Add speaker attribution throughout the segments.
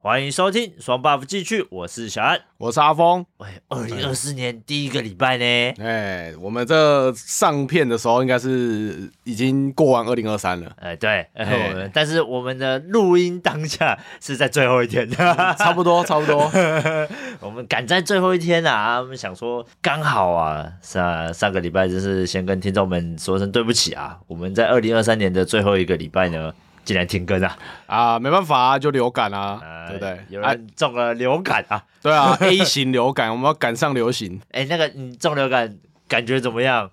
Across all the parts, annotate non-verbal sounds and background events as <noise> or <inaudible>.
Speaker 1: 欢迎收听双 buff 继续，我是小安。
Speaker 2: 我是阿峰。
Speaker 1: 喂，二零二四年第一个礼拜呢，
Speaker 2: 哎、我们这上片的时候应该是已经过完二零二三
Speaker 1: <laughs>
Speaker 2: 了，
Speaker 1: 呃，对，呃
Speaker 2: 嘿
Speaker 1: 我们但是我们的录音当下是在最后一 <laughs> 天的，
Speaker 2: 差不多，差
Speaker 1: <laughs>
Speaker 2: 不多。
Speaker 1: 我们赶在最后一天啊，我们想说刚好啊，上上个礼拜就是先跟听众们说声对不起啊，我们在二零二三年的最后一个礼拜呢，竟然停更啊，
Speaker 2: 啊，没办法啊，就流感
Speaker 1: 呃
Speaker 2: 啊，对不对？
Speaker 1: 有
Speaker 2: 啊，
Speaker 1: 人中了流感啊，<laughs>
Speaker 2: 对啊，A 型流感，我们要赶上流行，
Speaker 1: 哎、那个你中流感感觉怎么样？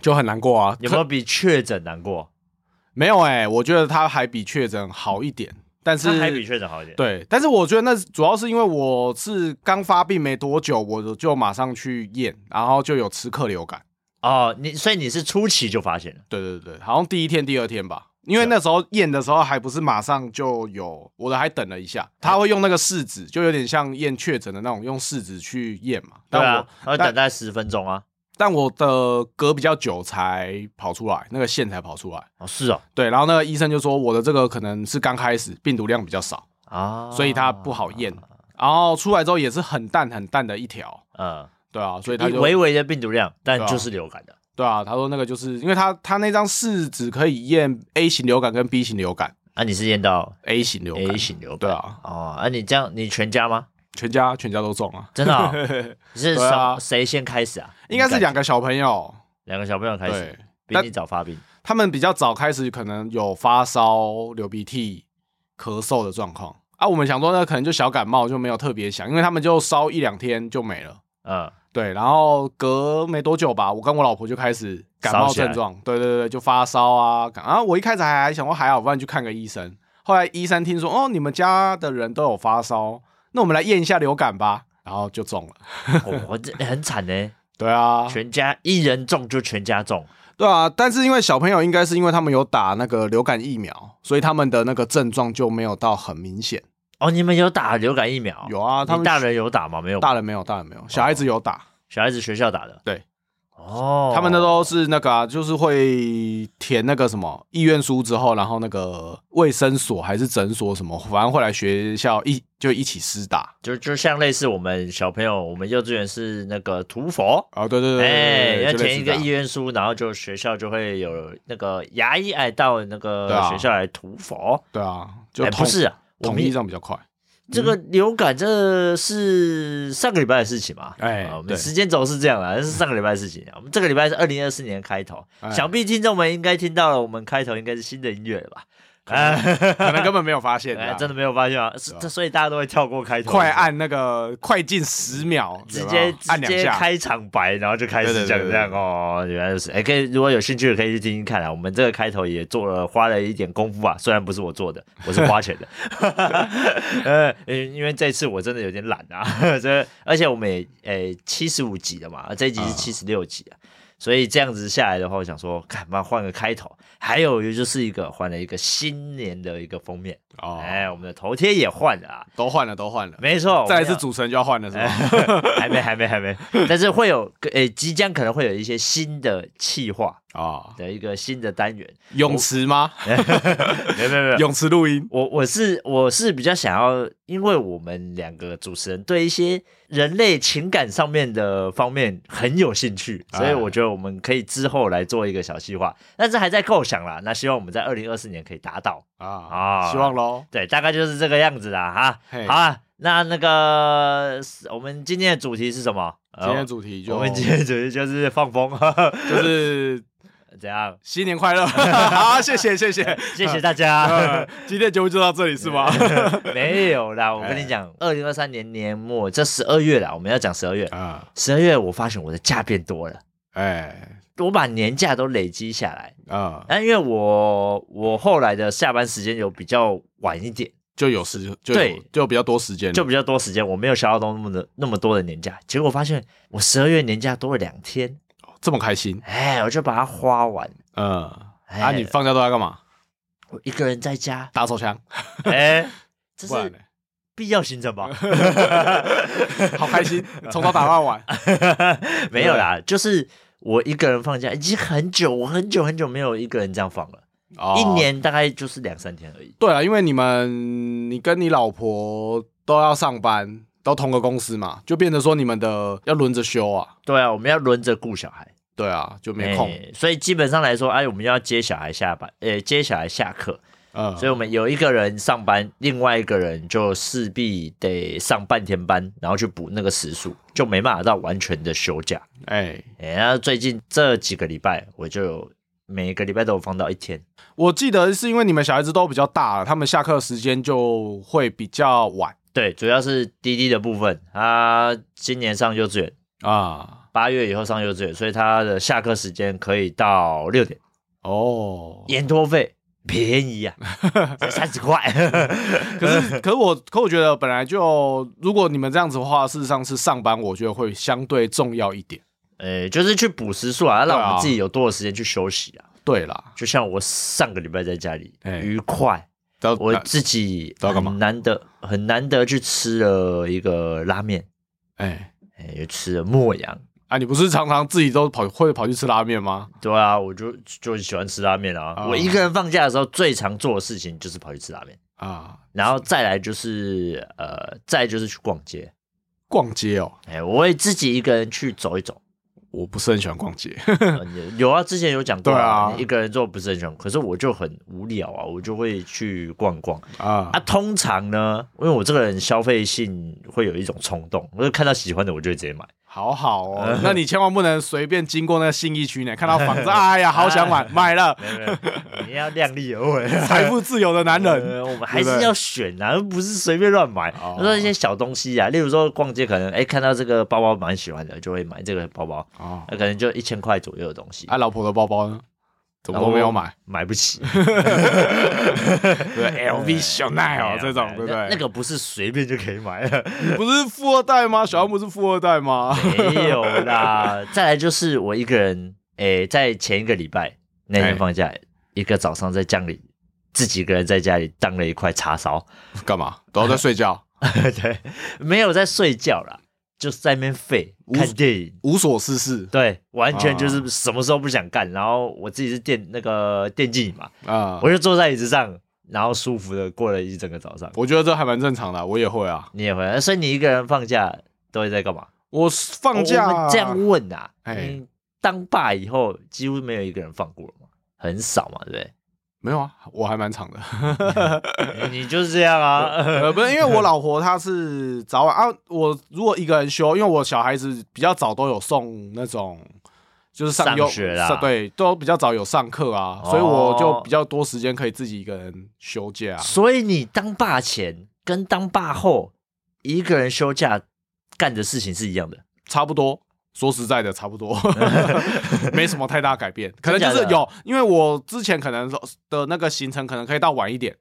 Speaker 2: 就很难过啊。
Speaker 1: 有没有比确诊难过？
Speaker 2: <laughs> 没有哎、我觉得它还比确诊好一点，但是
Speaker 1: 它还比确诊好一点。
Speaker 2: 对，但是我觉得那主要是因为我是刚发病没多久，我就马上去验，然后就有吃克流感。
Speaker 1: 哦，你所以你是初期就发现了，
Speaker 2: 对对对，好像第一天、第二天吧，因
Speaker 1: 啊
Speaker 2: 为那时候验的时候还不是马上就有，我的还等了一下，
Speaker 1: 哎
Speaker 2: 他会用那个试纸，就有点像验确诊的那种，用试纸去验嘛。
Speaker 1: 对
Speaker 2: 但我、
Speaker 1: 啊，要等
Speaker 2: 但
Speaker 1: 待十分钟啊。
Speaker 2: 但我的隔比较久才跑出来，那个线才跑出来。
Speaker 1: 哦，是哦，
Speaker 2: 对，然后那个医生就说我的这个可能是刚开始病毒量比较少，
Speaker 1: 啊，
Speaker 2: 哦所以它不好验。然后出来之后也是很淡很淡的一条，
Speaker 1: 嗯，
Speaker 2: 对啊，所以他
Speaker 1: 你
Speaker 2: 就
Speaker 1: 微微的病毒量，但
Speaker 2: 对啊
Speaker 1: 就是流感的。
Speaker 2: 对啊，他说那个就是因为他他那张试纸可以验 A 型流感跟 B 型流感
Speaker 1: 啊，你是验到
Speaker 2: ，A 型流感
Speaker 1: A 型流
Speaker 2: 对
Speaker 1: 感。
Speaker 2: 啊，
Speaker 1: 哦，啊，你这样你全家吗？
Speaker 2: 全家全家都中啊， <laughs>
Speaker 1: 真的哦你是
Speaker 2: 对啊
Speaker 1: 什谁先开始啊？
Speaker 2: 应该
Speaker 1: 你
Speaker 2: 是
Speaker 1: 感
Speaker 2: 两个小朋友，
Speaker 1: 两个小朋友开始
Speaker 2: 对，，
Speaker 1: 比你早发病。
Speaker 2: 他们比较早开始，可能有发烧、流鼻涕、咳嗽的状况啊。我们想说呢，可能就小感冒，就没有特别想，因为他们就烧一两天就没了。
Speaker 1: 嗯，
Speaker 2: 对，然后隔没多久吧，我跟我老婆就开始感冒
Speaker 1: 烧起来
Speaker 2: 症状，对对对，就发烧啊。感啊，我一开始还还想说还好，不然去看个医生。后来医生听说哦，你们家的人都有发烧，那我们来验一下流感吧，然后就中了。
Speaker 1: 哦我我这很惨呢，
Speaker 2: <laughs> 对啊，
Speaker 1: 全家一人中就全家中。
Speaker 2: 对啊，但是因为小朋友应该是因为他们有打那个流感疫苗，所以他们的那个症状就没有到很明显。
Speaker 1: 哦，你们有打流感疫苗？
Speaker 2: 有啊，他
Speaker 1: 你
Speaker 2: 们
Speaker 1: 大人有打吗？没有吧，
Speaker 2: 大人没有，大人没有，小孩子有打，
Speaker 1: 小孩子学校打的。
Speaker 2: 对。
Speaker 1: 哦，
Speaker 2: 他们那都是那个啊，就是会填那个什么意愿书之后，然后那个卫生所还是诊所什么，反正会来学校一就一起施打。
Speaker 1: 就就像类似我们小朋友，我们幼稚园是那个涂佛，
Speaker 2: 哦，对对对
Speaker 1: 哎，
Speaker 2: 对，
Speaker 1: 要
Speaker 2: 对对就类
Speaker 1: 填
Speaker 2: 似
Speaker 1: 一个
Speaker 2: 这样
Speaker 1: 意愿书，然后就学校就会有那个牙医哎到那
Speaker 2: 对
Speaker 1: 个
Speaker 2: 啊
Speaker 1: 学校来涂佛，
Speaker 2: 对啊，就
Speaker 1: 哎
Speaker 2: 统
Speaker 1: 不是啊，我
Speaker 2: 统一嗯
Speaker 1: 们
Speaker 2: 这样比较快。
Speaker 1: 这个流感这是上个礼拜的事情嘛，
Speaker 2: 哎
Speaker 1: 啊我们
Speaker 2: 对
Speaker 1: 时间轴是这样啦，这是上个礼拜的事情啊，我们这个礼拜是二零二四年开头，
Speaker 2: 哎
Speaker 1: 想必听众们应该听到了，我们开头应该是新的音乐了吧？
Speaker 2: <laughs> 可能根本没有发现，
Speaker 1: 哎，真
Speaker 2: 这样
Speaker 1: 的没有发现啊，是
Speaker 2: 对啊
Speaker 1: 这所以大家都会跳过开头，
Speaker 2: 快按那个快进十秒，
Speaker 1: 直
Speaker 2: 有没有
Speaker 1: 接
Speaker 2: 按
Speaker 1: 直
Speaker 2: 两
Speaker 1: 接
Speaker 2: 下。
Speaker 1: 开场白，然后就开始
Speaker 2: 对对
Speaker 1: 讲
Speaker 2: 对
Speaker 1: 这样哦，原来就是哎，可以如果有兴趣的可以去听听看啊。我们这个开头也做了，花了一点功夫啊，虽然不是我做
Speaker 2: <laughs>
Speaker 1: 的，我是花钱的， <laughs> 呃，因因为这次我真的有点懒
Speaker 2: <laughs>
Speaker 1: 啊，这而且我们也哎七十五集了嘛，这一集是七十六集啊。所以这样子下来的话，我想说，干嘛换个开头？还有就是一个换了一个新年的一个封面，
Speaker 2: 哦，
Speaker 1: 哎，我们的头贴也换了啊，
Speaker 2: 都换了，都换了。
Speaker 1: 没错，
Speaker 2: 再来
Speaker 1: 我们
Speaker 2: 是
Speaker 1: 要
Speaker 2: 主持人就要换了，是吧？
Speaker 1: <laughs> 还没，还没，还没，但是会有，诶、即将可能会有一些新的企划
Speaker 2: 啊，
Speaker 1: 的一个新的单元。
Speaker 2: 泳池吗？
Speaker 1: 没有，没有，没有。
Speaker 2: <laughs> 泳池录音
Speaker 1: 我我是我是比较想要，因为我们两个主持人对一些人类情感上面的方面很有兴趣，所以
Speaker 2: 哎
Speaker 1: 我觉得我们可以之后来做一个小计划，但是还在构想啦。那希望我们在二零二四年可以达到。啊
Speaker 2: 啊，希望喽。
Speaker 1: 对，大概就是这个样子啦，哈。
Speaker 2: 嘿
Speaker 1: 好啊，那那个我们今天的主题是什么？呃
Speaker 2: 今天的主题就
Speaker 1: 我们今天的主题就是放风，
Speaker 2: <laughs> 哦就是
Speaker 1: <laughs> 怎样？
Speaker 2: 新年
Speaker 1: <laughs>
Speaker 2: 快乐，好，谢谢谢谢。
Speaker 1: 谢谢大家
Speaker 2: <laughs> 呃。今天节目就到这里是吗？
Speaker 1: <laughs> 没有啦，我跟你
Speaker 2: 哎
Speaker 1: 讲，二零二三年年末这十二月啦，我们要讲十二月。
Speaker 2: 啊，
Speaker 1: 十二月我发现我的假变多了，
Speaker 2: 哎
Speaker 1: 我把年假都累积下来。
Speaker 2: 啊，
Speaker 1: 但因为我我后来的下班时间有比较晚一点，
Speaker 2: 就有时就
Speaker 1: 对
Speaker 2: 有就比较多时间了，
Speaker 1: 就比较多时间，我没有消耗到那么的那么多的年假。结果发现我十二月年假多了两天，
Speaker 2: 这么开心。
Speaker 1: 哎，我就把它花完。
Speaker 2: 嗯，啊，
Speaker 1: 哎
Speaker 2: 你放假都在干嘛？，
Speaker 1: 我一个人在家
Speaker 2: <laughs> 打手枪，
Speaker 1: 哎，这
Speaker 2: 不然
Speaker 1: 是
Speaker 2: 呢？
Speaker 1: 必要行 <laughs> 程吧？
Speaker 2: 好开
Speaker 1: <laughs>
Speaker 2: 心，从早打到晚。
Speaker 1: 没有啦，就是我一个人放假已经很久，我很久很久没有一个人这样放了。
Speaker 2: 哦
Speaker 1: 一年大概就是两三天而已。
Speaker 2: 对啊了，因为你们你跟你老婆都要上班，都同个公司嘛，就变得说你们的要轮着休啊。
Speaker 1: 对啊，我们要轮着顾小孩，
Speaker 2: 对啊，就没空。
Speaker 1: 哎所以基本上来说，哎，我们要接小孩下班，呃，接小孩下课，
Speaker 2: 嗯，
Speaker 1: 所以我们有一个人上班，另外一个人就势必得上半天班，然后去补那个时数，就没办法到完全的休假。
Speaker 2: 哎、
Speaker 1: 哎、然后最近这几个礼拜，我就有每个礼拜都有放到一天。
Speaker 2: 我记得是因为你们小孩子都比较大了，他们下课时间就会比较晚
Speaker 1: 对，主要是滴滴的部分，他今年上幼稚园，
Speaker 2: 啊。
Speaker 1: 八月以后上幼稚园，所以他的下课时间可以到六点，
Speaker 2: 哦，
Speaker 1: 延托费便宜
Speaker 2: <laughs>
Speaker 1: 啊，才三十块。 <laughs>
Speaker 2: 可
Speaker 1: 呃
Speaker 2: 是可是我可我觉得本来就，如果你们这样子的话，事实上是上班，我觉得会相对重要一点。
Speaker 1: 呃，就是去补时数啊，让我
Speaker 2: 对啊
Speaker 1: 们自己有多的时间去休息啊。
Speaker 2: 对啦，
Speaker 1: 就像我上个礼拜在家里，
Speaker 2: 哎
Speaker 1: 愉快，
Speaker 2: 都
Speaker 1: 我自己
Speaker 2: 都要干嘛
Speaker 1: 很难得很难得去吃了一个拉面，
Speaker 2: 哎、
Speaker 1: 哎，又吃了莫阳。
Speaker 2: 啊，你不是常常自己都跑会跑去吃拉面吗？
Speaker 1: 对啊，我就就喜欢吃拉面啊。
Speaker 2: 啊
Speaker 1: 我一个人放假的时候，最常做的事情就是跑去吃拉面，
Speaker 2: 啊，
Speaker 1: 然后再来就是呃，再就是去逛街。
Speaker 2: 逛街哦，
Speaker 1: 哎，我会自己一个人去走一走。
Speaker 2: 我不是很喜欢逛街。
Speaker 1: 呃有啊，之前有讲过
Speaker 2: 对啊
Speaker 1: 一个人做不是很喜欢，可是我就很无聊啊，我就会去逛逛
Speaker 2: <laughs> 啊
Speaker 1: 啊。通常呢，因为我这个人消费性会有一种冲动，我就看到喜欢的我就会直接
Speaker 2: <laughs>
Speaker 1: 买。
Speaker 2: 好好 <laughs> 哦，那你千万不能随便经过那个信义区呢，看到房 <laughs> 子，哎呀，好想买，买 <laughs> 了，
Speaker 1: 没有没有，你要量力而为。啊
Speaker 2: 财富自由的男人，
Speaker 1: 呃，我们还是要选啊，不是随便乱买。
Speaker 2: 哦
Speaker 1: 他说一些小东西啊，例如说逛街，可能哎、看到这个包包蛮喜欢的，就会买这个包包，
Speaker 2: 哦，
Speaker 1: 那、可能就一千块左右的东西，
Speaker 2: 啊，老婆的包包呢？怎么都没有买？
Speaker 1: 买不起。
Speaker 2: 对，LV、香奈儿这种，对不
Speaker 1: 哎那
Speaker 2: 对？
Speaker 1: 那个不是随便就可以买啊的，
Speaker 2: 你 <laughs> 不是富二代吗？小安不是富二代吗？
Speaker 1: 没有啦。 <laughs> 再来就是我一个人，哎、在前一个礼拜那
Speaker 2: 哎
Speaker 1: 天放假，一个早上在家里自己一个人在家里当了一块叉烧，
Speaker 2: <laughs> 干嘛？都在睡觉，
Speaker 1: <laughs> 对，没有在睡觉啦，就是在那边废
Speaker 2: 无
Speaker 1: 看电影。
Speaker 2: <laughs> 无所事事
Speaker 1: 对，完全
Speaker 2: 啊
Speaker 1: 就是什么时候不想干，然后我自己是电那个电竞椅嘛，
Speaker 2: 啊。
Speaker 1: 我就坐在椅子上，然后舒服的过了一整个早上。
Speaker 2: 我觉得这还蛮正常的，我也会啊。
Speaker 1: 你也会，所以你一个人放假都会在干嘛？
Speaker 2: 哦我放
Speaker 1: 我我
Speaker 2: 假啊
Speaker 1: 们这样问啊，
Speaker 2: 哎
Speaker 1: 嗯，当爸以后几乎没有一个人放过了嘛，很少嘛，对不对？
Speaker 2: 没有啊，我还蛮长的。 <laughs>
Speaker 1: 你你就是这样啊，
Speaker 2: 呃，不是，因为我老婆她是早晚啊，我如果一个人休，因为我小孩子比较早都有送那种，就是上
Speaker 1: 上
Speaker 2: 幼
Speaker 1: 学啦哦
Speaker 2: 上对，都比较早有上课啊，所以我就比较多时间可以自己一个人休
Speaker 1: <laughs>
Speaker 2: 假。啊
Speaker 1: 所以你当爸前跟当爸后一个人休假干的事情是一样的。
Speaker 2: 差不多。说实在的，差
Speaker 1: <laughs>
Speaker 2: 不多，没什么太大改变，可能就
Speaker 1: 真
Speaker 2: 是
Speaker 1: 假的
Speaker 2: 有，因为我之前可能的那个行程可能可以到晚一点，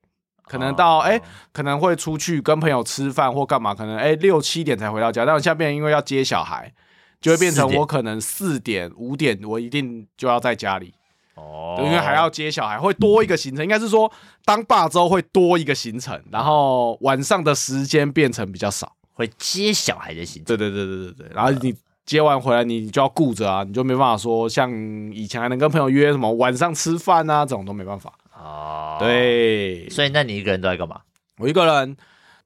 Speaker 2: 可能到
Speaker 1: 哦
Speaker 2: 哎、可能会出去跟朋友吃饭或干嘛，可能哎六七点才回到家，但我下面因为要接小孩，就会变成
Speaker 1: 四点
Speaker 2: 我可能四点五点我一定就要在家里，
Speaker 1: 哦
Speaker 2: 因为还要接小孩，会多一个行程，应该是说当爸之后会多一个行程，然后晚上的时间变成比较少。
Speaker 1: 会接小孩的行程。
Speaker 2: 对对对对对对，啊然后你接完回来，你就要顾着啊，你就没办法说像以前还能跟朋友约什么晚上吃饭啊，这种都没办法。
Speaker 1: 哦，，
Speaker 2: 对，
Speaker 1: 所以那你一个人都在干嘛？
Speaker 2: 我一个人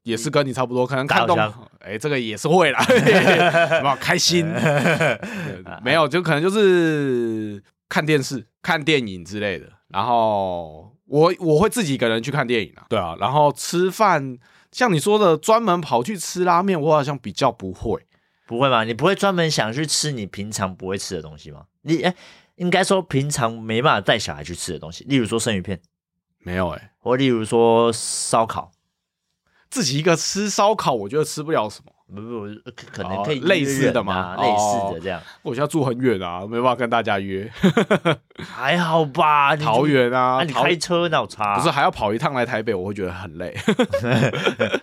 Speaker 2: 也是跟你差不多，可能看
Speaker 1: 打
Speaker 2: 动
Speaker 1: 手，
Speaker 2: 哎、这个也是会 <laughs> 啦，有没有开 <laughs> 心？对没有，就可能就是看电视、看电影之类的。然后我我会自己一个人去看电影啊，对啊。然后吃饭，像你说的专门跑去吃拉面，我好像比较不会。
Speaker 1: 不会吗？你不会专门想去吃你平常不会吃的东西吗？你哎，应该说平常没办法带小孩去吃的东西，例如说生鱼片，
Speaker 2: 没有哎、
Speaker 1: 或例如说烧烤，
Speaker 2: 自己一个吃烧烤，我觉得吃不了什么。
Speaker 1: 不不，可可能可以、啊
Speaker 2: 哦类似的嘛
Speaker 1: 类
Speaker 2: 哦
Speaker 1: 似的这样，
Speaker 2: 我现在住很远啊，没办法跟大家
Speaker 1: <laughs>
Speaker 2: 约。
Speaker 1: 还好吧？你就
Speaker 2: 桃，园
Speaker 1: 那、
Speaker 2: 啊，
Speaker 1: 你
Speaker 2: 桃
Speaker 1: 开车哪有差、
Speaker 2: 不是啊还要跑一趟来台北，我会觉得很
Speaker 1: <laughs>
Speaker 2: 累，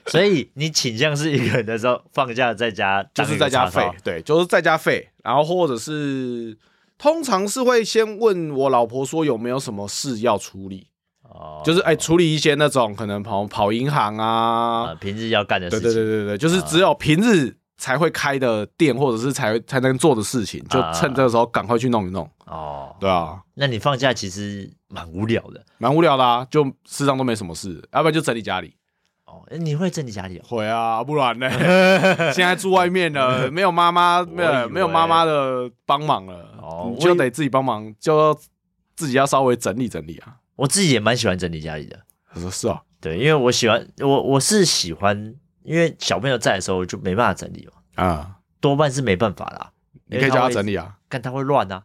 Speaker 1: 所以你倾向是一个人的时候放假在家，
Speaker 2: 就是在
Speaker 1: 当
Speaker 2: 家
Speaker 1: 一个
Speaker 2: 费
Speaker 1: 叉烧。
Speaker 2: 对，就是在家费，然后或者是通常是会先问我老婆说有没有什么事要处理，
Speaker 1: 哦，
Speaker 2: 就是哎、处理一些那种可能跑跑银行啊，
Speaker 1: 呃平日要干的事情，
Speaker 2: 对
Speaker 1: 呃
Speaker 2: 对对对对，就是只有平日才会开的店或者是才会才能做的事情，就
Speaker 1: 啊
Speaker 2: 趁这个时候赶快去弄一弄。
Speaker 1: 哦，
Speaker 2: 对啊，
Speaker 1: 那你放假其实蛮无聊的
Speaker 2: 蛮无聊的啊，就世上都没什么事，要不然就整理家里。
Speaker 1: 哦。诶你会整理家里哦？
Speaker 2: 会啊，不然 <laughs> 呢？现在住外面 <laughs> 了，没有妈妈，没
Speaker 1: 我以
Speaker 2: 有
Speaker 1: 为
Speaker 2: 没有妈妈的帮忙了，
Speaker 1: 哦
Speaker 2: 你就
Speaker 1: 我以
Speaker 2: 得自己帮忙，就要自己要稍微整理整理啊。
Speaker 1: 我自己也蛮喜欢整理家里的，
Speaker 2: 我说是啊，
Speaker 1: 对，因为我喜欢我我是喜欢，因为小朋友在的时候我就没办法整理嘛，
Speaker 2: 啊，
Speaker 1: 多半是没办法啦。
Speaker 2: 你可以叫他整理啊。
Speaker 1: 但他会乱
Speaker 2: <laughs>
Speaker 1: 啊，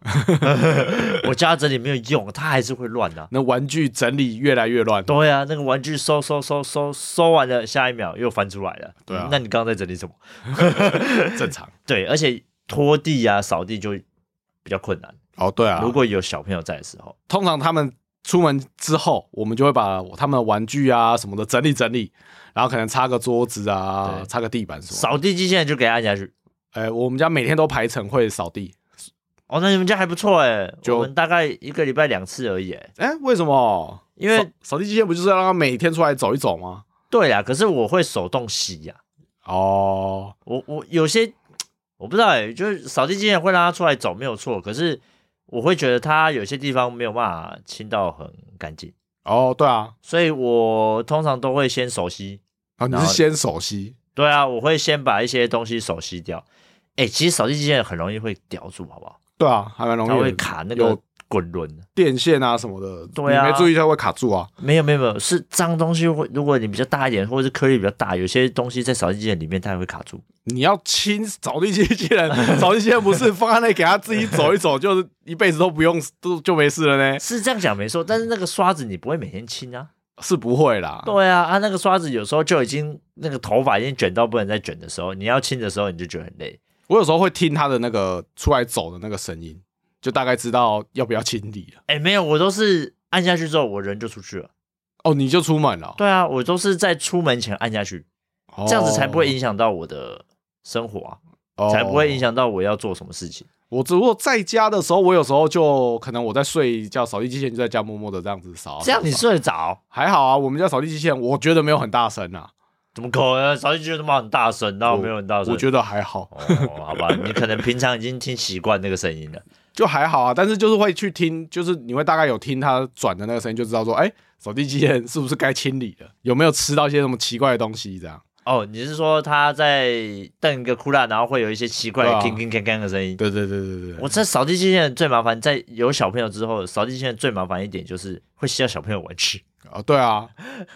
Speaker 1: <laughs> 我叫他整理没有用，他还是会乱啊。
Speaker 2: 那玩具整理越来越乱，
Speaker 1: 对啊，那个玩具收收收收收完了，下一秒又翻出来了。
Speaker 2: 对啊
Speaker 1: 那你刚刚在整理什么？
Speaker 2: 正常。
Speaker 1: 对，而且拖地啊、扫地就比较困难。
Speaker 2: 哦，对啊，
Speaker 1: 如果有小朋友在的时候，
Speaker 2: 通常他们出门之后，我们就会把他们的玩具啊什么的整理整理，然后可能擦个桌子啊
Speaker 1: 对，
Speaker 2: 擦个地板什么的。
Speaker 1: 扫地机现在就给他按下去。
Speaker 2: 哎、我们家每天都排程会扫地。
Speaker 1: 哦，那你们家还不错哎、
Speaker 2: 就
Speaker 1: 我们大概一个礼拜两次而已、欸。
Speaker 2: 哎、为什么？
Speaker 1: 因为
Speaker 2: 扫扫地机器人不就是要让他每天出来走一走吗？
Speaker 1: 对啦，可是我会手动洗呀、
Speaker 2: 哦，
Speaker 1: 我我有些我不知道哎、就是扫地机器人会让他出来走没有错，可是我会觉得他有些地方没有办法清到很干净，
Speaker 2: 哦，对啊，
Speaker 1: 所以我通常都会先手吸。
Speaker 2: 啊，你
Speaker 1: 然
Speaker 2: 是
Speaker 1: 后
Speaker 2: 先手吸
Speaker 1: 对啊，我会先把一些东西手吸掉。哎、其实扫地机器人很容易会叼住，好不好？
Speaker 2: 对啊，还蛮容易
Speaker 1: 它
Speaker 2: 的
Speaker 1: 会卡那个
Speaker 2: 有
Speaker 1: 滚轮。
Speaker 2: 电线啊什么的，
Speaker 1: 对啊
Speaker 2: 你没注意它会卡住啊。
Speaker 1: 没有没有没有，是脏东西会，如果你比较大一点，或者是颗粒比较大，有些东西在扫地机器人里面它也会卡住。
Speaker 2: 你要清扫地机
Speaker 1: <laughs>
Speaker 2: 器人，扫地机器人不是放在那里给他自己走一走，就是一辈子都不用，都就没事了呢？
Speaker 1: 是这样讲没错，但是那个刷子你不会每天清啊。
Speaker 2: 是不会啦，
Speaker 1: 对啊，啊，那个刷子有时候就已经那个头发已经卷到不能再卷的时候，你要清的时候你就觉得很累。
Speaker 2: 我有时候会听他的那个出来走的那个声音，就大概知道要不要清理了。
Speaker 1: 哎，没有，我都是按下去之后我人就出去了。
Speaker 2: 哦，你就出门了，
Speaker 1: 对啊，我都是在出门前按下去，
Speaker 2: 哦
Speaker 1: 这样子才不会影响到我的生活啊，才不会影。
Speaker 2: 哦
Speaker 1: 响到我要做什么事情。
Speaker 2: 我只不过在家的时候，我有时候就可能我在睡觉，扫地机器人就在家默默的这样子扫啊。
Speaker 1: 这样
Speaker 2: 扫啊
Speaker 1: 你
Speaker 2: 扫
Speaker 1: 睡得着？
Speaker 2: 还好啊？我们家扫地机器人，我觉得没有很大声啊，
Speaker 1: 怎么可能？扫地机器人他妈很大声，然后
Speaker 2: 我
Speaker 1: 没有很大声。
Speaker 2: 我觉得还好，
Speaker 1: 哦，好吧，你可能平常已经听习惯那个声
Speaker 2: <laughs>
Speaker 1: 音了。
Speaker 2: 就还好啊。但是就是会去听，就是你会大概有听它转的那个声音，就知道说，哎、扫地机器人是不是该清理了？有没有吃到一些什么奇怪的东西？这样，
Speaker 1: 哦，你是说他在瞪一个哭烂，然后会有一些奇怪
Speaker 2: 对
Speaker 1: 的
Speaker 2: 啊
Speaker 1: 叮叮锵锵的声音？
Speaker 2: 对对对对对对，
Speaker 1: 我这扫地机器人最麻烦，在有小朋友之后，扫地机器人最麻烦一点就是会吸到小朋友玩具。
Speaker 2: 啊，对啊，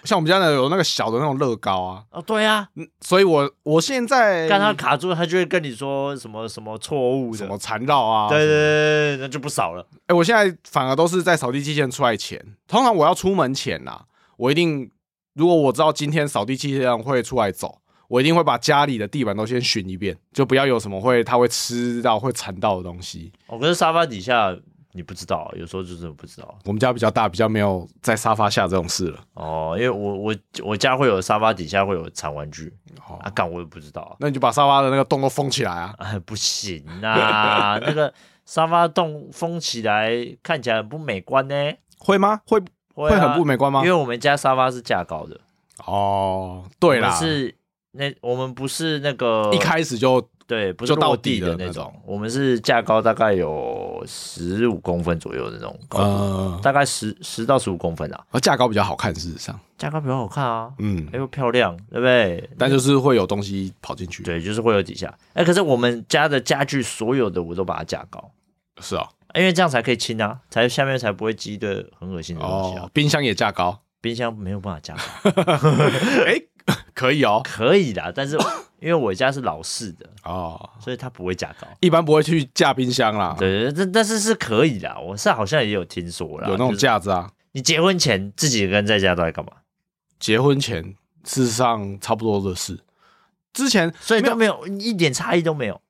Speaker 2: 像我们家呢有那个小的那种乐高啊，
Speaker 1: 哦，对啊，
Speaker 2: 嗯，所以我我现在
Speaker 1: 但他卡住，他就会跟你说什么什么错误
Speaker 2: 什
Speaker 1: 的。
Speaker 2: 么缠绕啊，
Speaker 1: 对对对对，那就不少了。
Speaker 2: 哎、我现在反而都是在扫地机器人出来前，通常我要出门前啦，我一定如果我知道今天扫地机器人会出来走，我一定会把家里的地板都先巡一遍，就不要有什么会它会吃到会缠到的东西。
Speaker 1: 哦，可是沙发底下你不知道，有时候就真的不知道。
Speaker 2: 我们家比较大，比较没有在沙发下这种事了。
Speaker 1: 哦，因为我我我家会有沙发底下会有藏玩具
Speaker 2: 哦
Speaker 1: 啊，干我也不知道啊。 <laughs>
Speaker 2: 那你就把沙发的那个洞都封起来啊！
Speaker 1: 哎，不行啊，那个沙发洞封起来看起来很不美观呢、
Speaker 2: 会吗？会
Speaker 1: 会
Speaker 2: 会
Speaker 1: 啊
Speaker 2: 很不美观吗
Speaker 1: 因？为我们家沙发是架高的，
Speaker 2: 哦，对
Speaker 1: 我
Speaker 2: 啦
Speaker 1: 们，是那我们不是那个
Speaker 2: 一开始就
Speaker 1: 对，不是
Speaker 2: 就到
Speaker 1: 落地
Speaker 2: 地的
Speaker 1: 那
Speaker 2: 那
Speaker 1: 种，我们是架高大概有十五公分左右的那种高度，
Speaker 2: 呃，
Speaker 1: 大概十十到十五公分啊，
Speaker 2: 而价高比较好看，事实上，
Speaker 1: 架高比较好看啊，
Speaker 2: 嗯，
Speaker 1: 又漂亮，对不对？
Speaker 2: 但就是会有东西跑进去。，
Speaker 1: 对，就是会有底下。哎、可是我们家的家具所有的我都把它架高，哎
Speaker 2: 是啊，
Speaker 1: 因为这样才可以清啊，才下面才不会积一堆很恶心的东西啊。
Speaker 2: 哦，冰箱也价高，
Speaker 1: 冰箱没有办法加高，
Speaker 2: <laughs> 哎，可以哦，
Speaker 1: 可以啦，
Speaker 2: <laughs>
Speaker 1: 但是因为我家是老式的，
Speaker 2: 哦，
Speaker 1: 所以它不会加高。
Speaker 2: 一般不会去架冰箱啦，
Speaker 1: 对，但但是是可以啦，我是好像也有听说啦，
Speaker 2: 有那种
Speaker 1: 就是
Speaker 2: 架子啊。
Speaker 1: 你结婚前自己一个人在家都在干嘛？
Speaker 2: 结婚前事实上差不多的事，之前
Speaker 1: 所以
Speaker 2: 没
Speaker 1: 都
Speaker 2: 有，
Speaker 1: 没有一点差异都没有。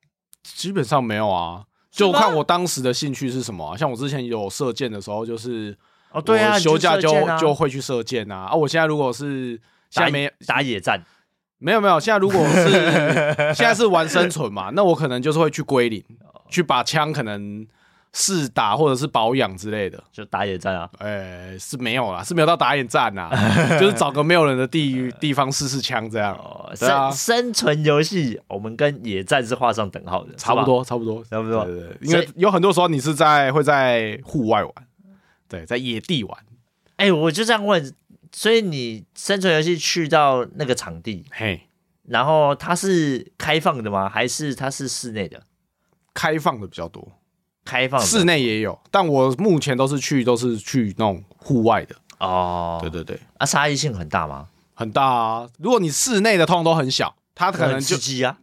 Speaker 2: 基本上没有啊。就看我当时的兴趣是什么啊、像我之前有射箭的时候，就是
Speaker 1: 哦，对啊，
Speaker 2: 我休假就
Speaker 1: 你射箭啊
Speaker 2: 就会去射箭啊。啊，我现在如果是现
Speaker 1: 打
Speaker 2: 在没
Speaker 1: 打野战，
Speaker 2: 没有没有，现在如果 <laughs> 是现在是玩生存嘛，那我可能就是会去归零，去把枪可能试打或者是保养之类的。
Speaker 1: 就打野战啊，
Speaker 2: 呃，是没有啦，是没有到打野战
Speaker 1: <laughs>
Speaker 2: 呐，就是找个没有人的地地方试试枪这样，
Speaker 1: 哦，
Speaker 2: 对啊
Speaker 1: 生生存游戏，我们跟野战是画上等号的，
Speaker 2: 差
Speaker 1: 是
Speaker 2: 不
Speaker 1: 吧，
Speaker 2: 多，差不多，
Speaker 1: 差不多
Speaker 2: 对对对，因
Speaker 1: 所以
Speaker 2: 为有很多时候你是在会在户外玩，对，在野地玩，
Speaker 1: 哎、我就这样问，所以你生存游戏去到那个场地，
Speaker 2: 嘿，
Speaker 1: 然后它是开放的吗？还是它是室内的？
Speaker 2: 开放的比较多，
Speaker 1: 开放的
Speaker 2: 室内也有，但我目前都是去都是去那种户外的，
Speaker 1: 哦，
Speaker 2: 对对对，
Speaker 1: 啊，差异性很大吗？
Speaker 2: 很大啊。如果你室内的通常都很小，它可能
Speaker 1: 很
Speaker 2: 就
Speaker 1: 刺激啊。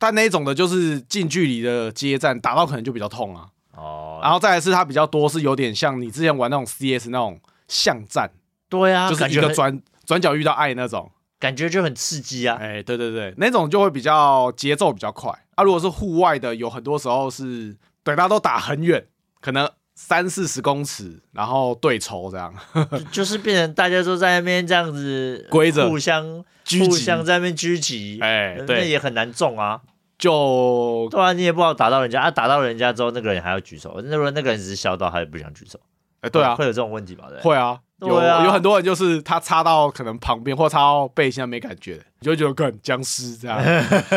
Speaker 2: 但那一种的就是近距离的接战，打到可能就比较痛啊。
Speaker 1: 哦，
Speaker 2: 然后再来是它比较多是有点像你之前玩那种 CS 那种巷战，
Speaker 1: 对啊，
Speaker 2: 就是
Speaker 1: 感
Speaker 2: 一
Speaker 1: 觉
Speaker 2: 个
Speaker 1: 很
Speaker 2: 转转角遇到爱那种。
Speaker 1: 感觉就很刺激啊。
Speaker 2: 哎，对对对，那种就会比较节奏比较快。啊，如果是户外的，有很多时候是对大家都打很远，可能三四十公尺，然后对抽这样。
Speaker 1: 就就是变成大家都在那边这样
Speaker 2: <laughs>
Speaker 1: 子
Speaker 2: 跪着
Speaker 1: 互相
Speaker 2: 狙击
Speaker 1: 互相在那边狙击，
Speaker 2: 哎
Speaker 1: 呃那
Speaker 2: 对
Speaker 1: 也很难中啊。
Speaker 2: 就
Speaker 1: 对啊，你也不好打到人家啊，打到人家之后，那个人还要举手，那如果那个人只是笑到，他也不想举手，
Speaker 2: 哎，对啊，
Speaker 1: 会有这种问题吧？对不对，
Speaker 2: 会啊，有
Speaker 1: 对啊
Speaker 2: 有很多人就是他插到可能旁边或插到背心上没感觉，你就会觉得干僵尸
Speaker 1: <laughs>
Speaker 2: 这样，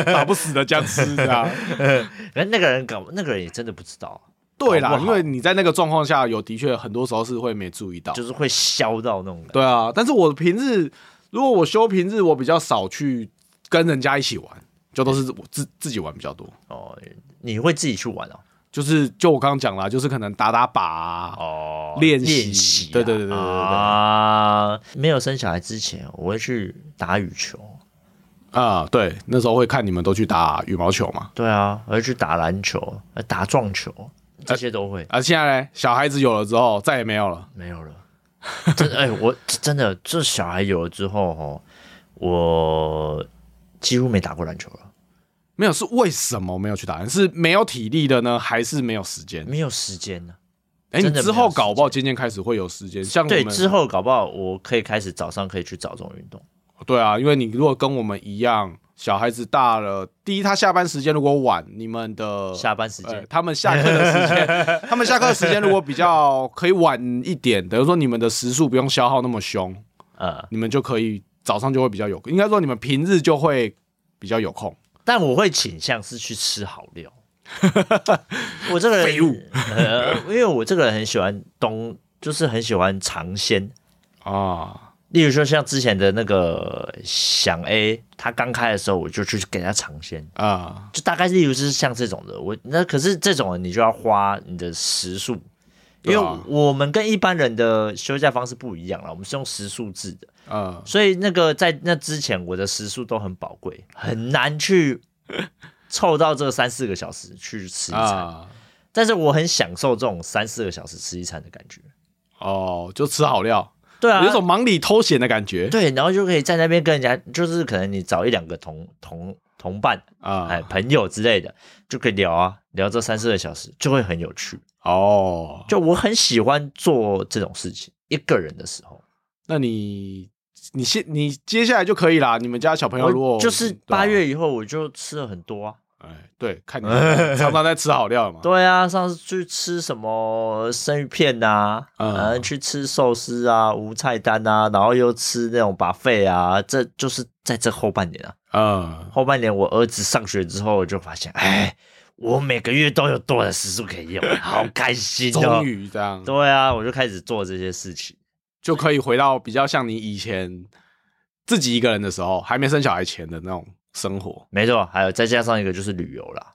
Speaker 2: 打不死的僵尸这样。
Speaker 1: 可是那个人搞，那个人也真的不知道，
Speaker 2: 对
Speaker 1: 搞
Speaker 2: 啦，
Speaker 1: 不
Speaker 2: 因
Speaker 1: 好
Speaker 2: 为你在那个状况下，有的确很多时候是会没注意到。
Speaker 1: 就是会笑到那种感觉。
Speaker 2: 对啊，但是我平日如果我休平日，我比较少去跟人家一起玩，就都是我自自己玩比较多。
Speaker 1: 哦，你会自己去玩哦？
Speaker 2: 就是就我刚刚讲啦，就是可能打打靶啊、
Speaker 1: 哦，
Speaker 2: 练习
Speaker 1: 练习啊，
Speaker 2: 对对对对对对
Speaker 1: 啊！没有生小孩之前，我会去打羽球。
Speaker 2: 啊对，那时候会看你们都去打羽毛球嘛。
Speaker 1: 对啊，我会去打篮球、呃打撞球，这些都会。
Speaker 2: 啊，现在呢，小孩子有了之后再也没有了。
Speaker 1: 没有了。真 <laughs> 的哎、我真的这小孩有了之后哦，我几乎没打过篮球了，
Speaker 2: 没有，是为什么没有去打？是没有体力的呢，还是没有时间？
Speaker 1: 没有时间呢。
Speaker 2: 哎、
Speaker 1: 嗯真的没
Speaker 2: 你
Speaker 1: 有
Speaker 2: 之后搞不好渐渐开始会有时间，像我
Speaker 1: 对，
Speaker 2: 们
Speaker 1: 之后搞不好我可以开始早上可以去找这种运动。
Speaker 2: 对啊，因为你如果跟我们一样，小孩子大了，第一他下班时间如果晚，你们的
Speaker 1: 下班时间
Speaker 2: 呃他们下课的
Speaker 1: <laughs>
Speaker 2: 时间，他们下课的时间如果比较可以晚一点，等于说你们的时数不用消耗那么凶，
Speaker 1: 呃，
Speaker 2: 你们就可以早上就会比较有，应该说你们平日就会比较有空。
Speaker 1: 但我会倾向是去吃好
Speaker 2: <laughs>
Speaker 1: 料。我这个人
Speaker 2: 废物
Speaker 1: <laughs> 呃，因为我这个人很喜欢东，就是很喜欢尝鲜。
Speaker 2: 啊，
Speaker 1: 例如说，像之前的那个想 A，它刚开的时候，我就去给它尝鲜。
Speaker 2: 啊，
Speaker 1: 就大概例如是像这种的，我那可是这种你就要花你的时数，因
Speaker 2: 对
Speaker 1: 为
Speaker 2: 啊
Speaker 1: 我们跟一般人的休假方式不一样了，我们是用时数制的，
Speaker 2: 呃，
Speaker 1: 所以那个在那之前我的时数都很宝贵，很难
Speaker 2: <laughs>
Speaker 1: 去凑到这三四个小时去吃一餐，
Speaker 2: 啊，
Speaker 1: 但是我很享受这种三四个小时吃一餐的感觉。
Speaker 2: 哦，就吃好料，
Speaker 1: 对啊，
Speaker 2: 有一种忙里偷闲的感觉。
Speaker 1: 对，然后就可以在那边跟人家，就是可能你找一两个同同同伴，
Speaker 2: 啊、
Speaker 1: 哎，朋友之类的，就可以聊啊，聊这三四个小时就会很有趣。
Speaker 2: 哦，
Speaker 1: 就我很喜欢做这种事情，一个人的时候，
Speaker 2: 那你你现你接下来就可以啦。你们家小朋友如果
Speaker 1: 我就是
Speaker 2: 对啊
Speaker 1: 八月以后我就吃了很多啊。
Speaker 2: 哎，对，
Speaker 1: <laughs>
Speaker 2: 看你常常在吃好料嘛。
Speaker 1: 对啊，上次去吃什么生鱼片呐、啊，
Speaker 2: 嗯
Speaker 1: 然后去吃寿司啊，无菜单啊，然后又吃那种把费啊，这就是在这后半年啊。
Speaker 2: 嗯，
Speaker 1: 后半年我儿子上学之后，我就发现，哎，我每个月都有多的时数可以用，好开心哦。
Speaker 2: 终于这样
Speaker 1: 对啊，我就开始做这些事情。
Speaker 2: 就可以回到比较像你以前自己一个人的时候，还没生小孩前的那种生活。
Speaker 1: 没错，还有再加上一个就是旅游啦，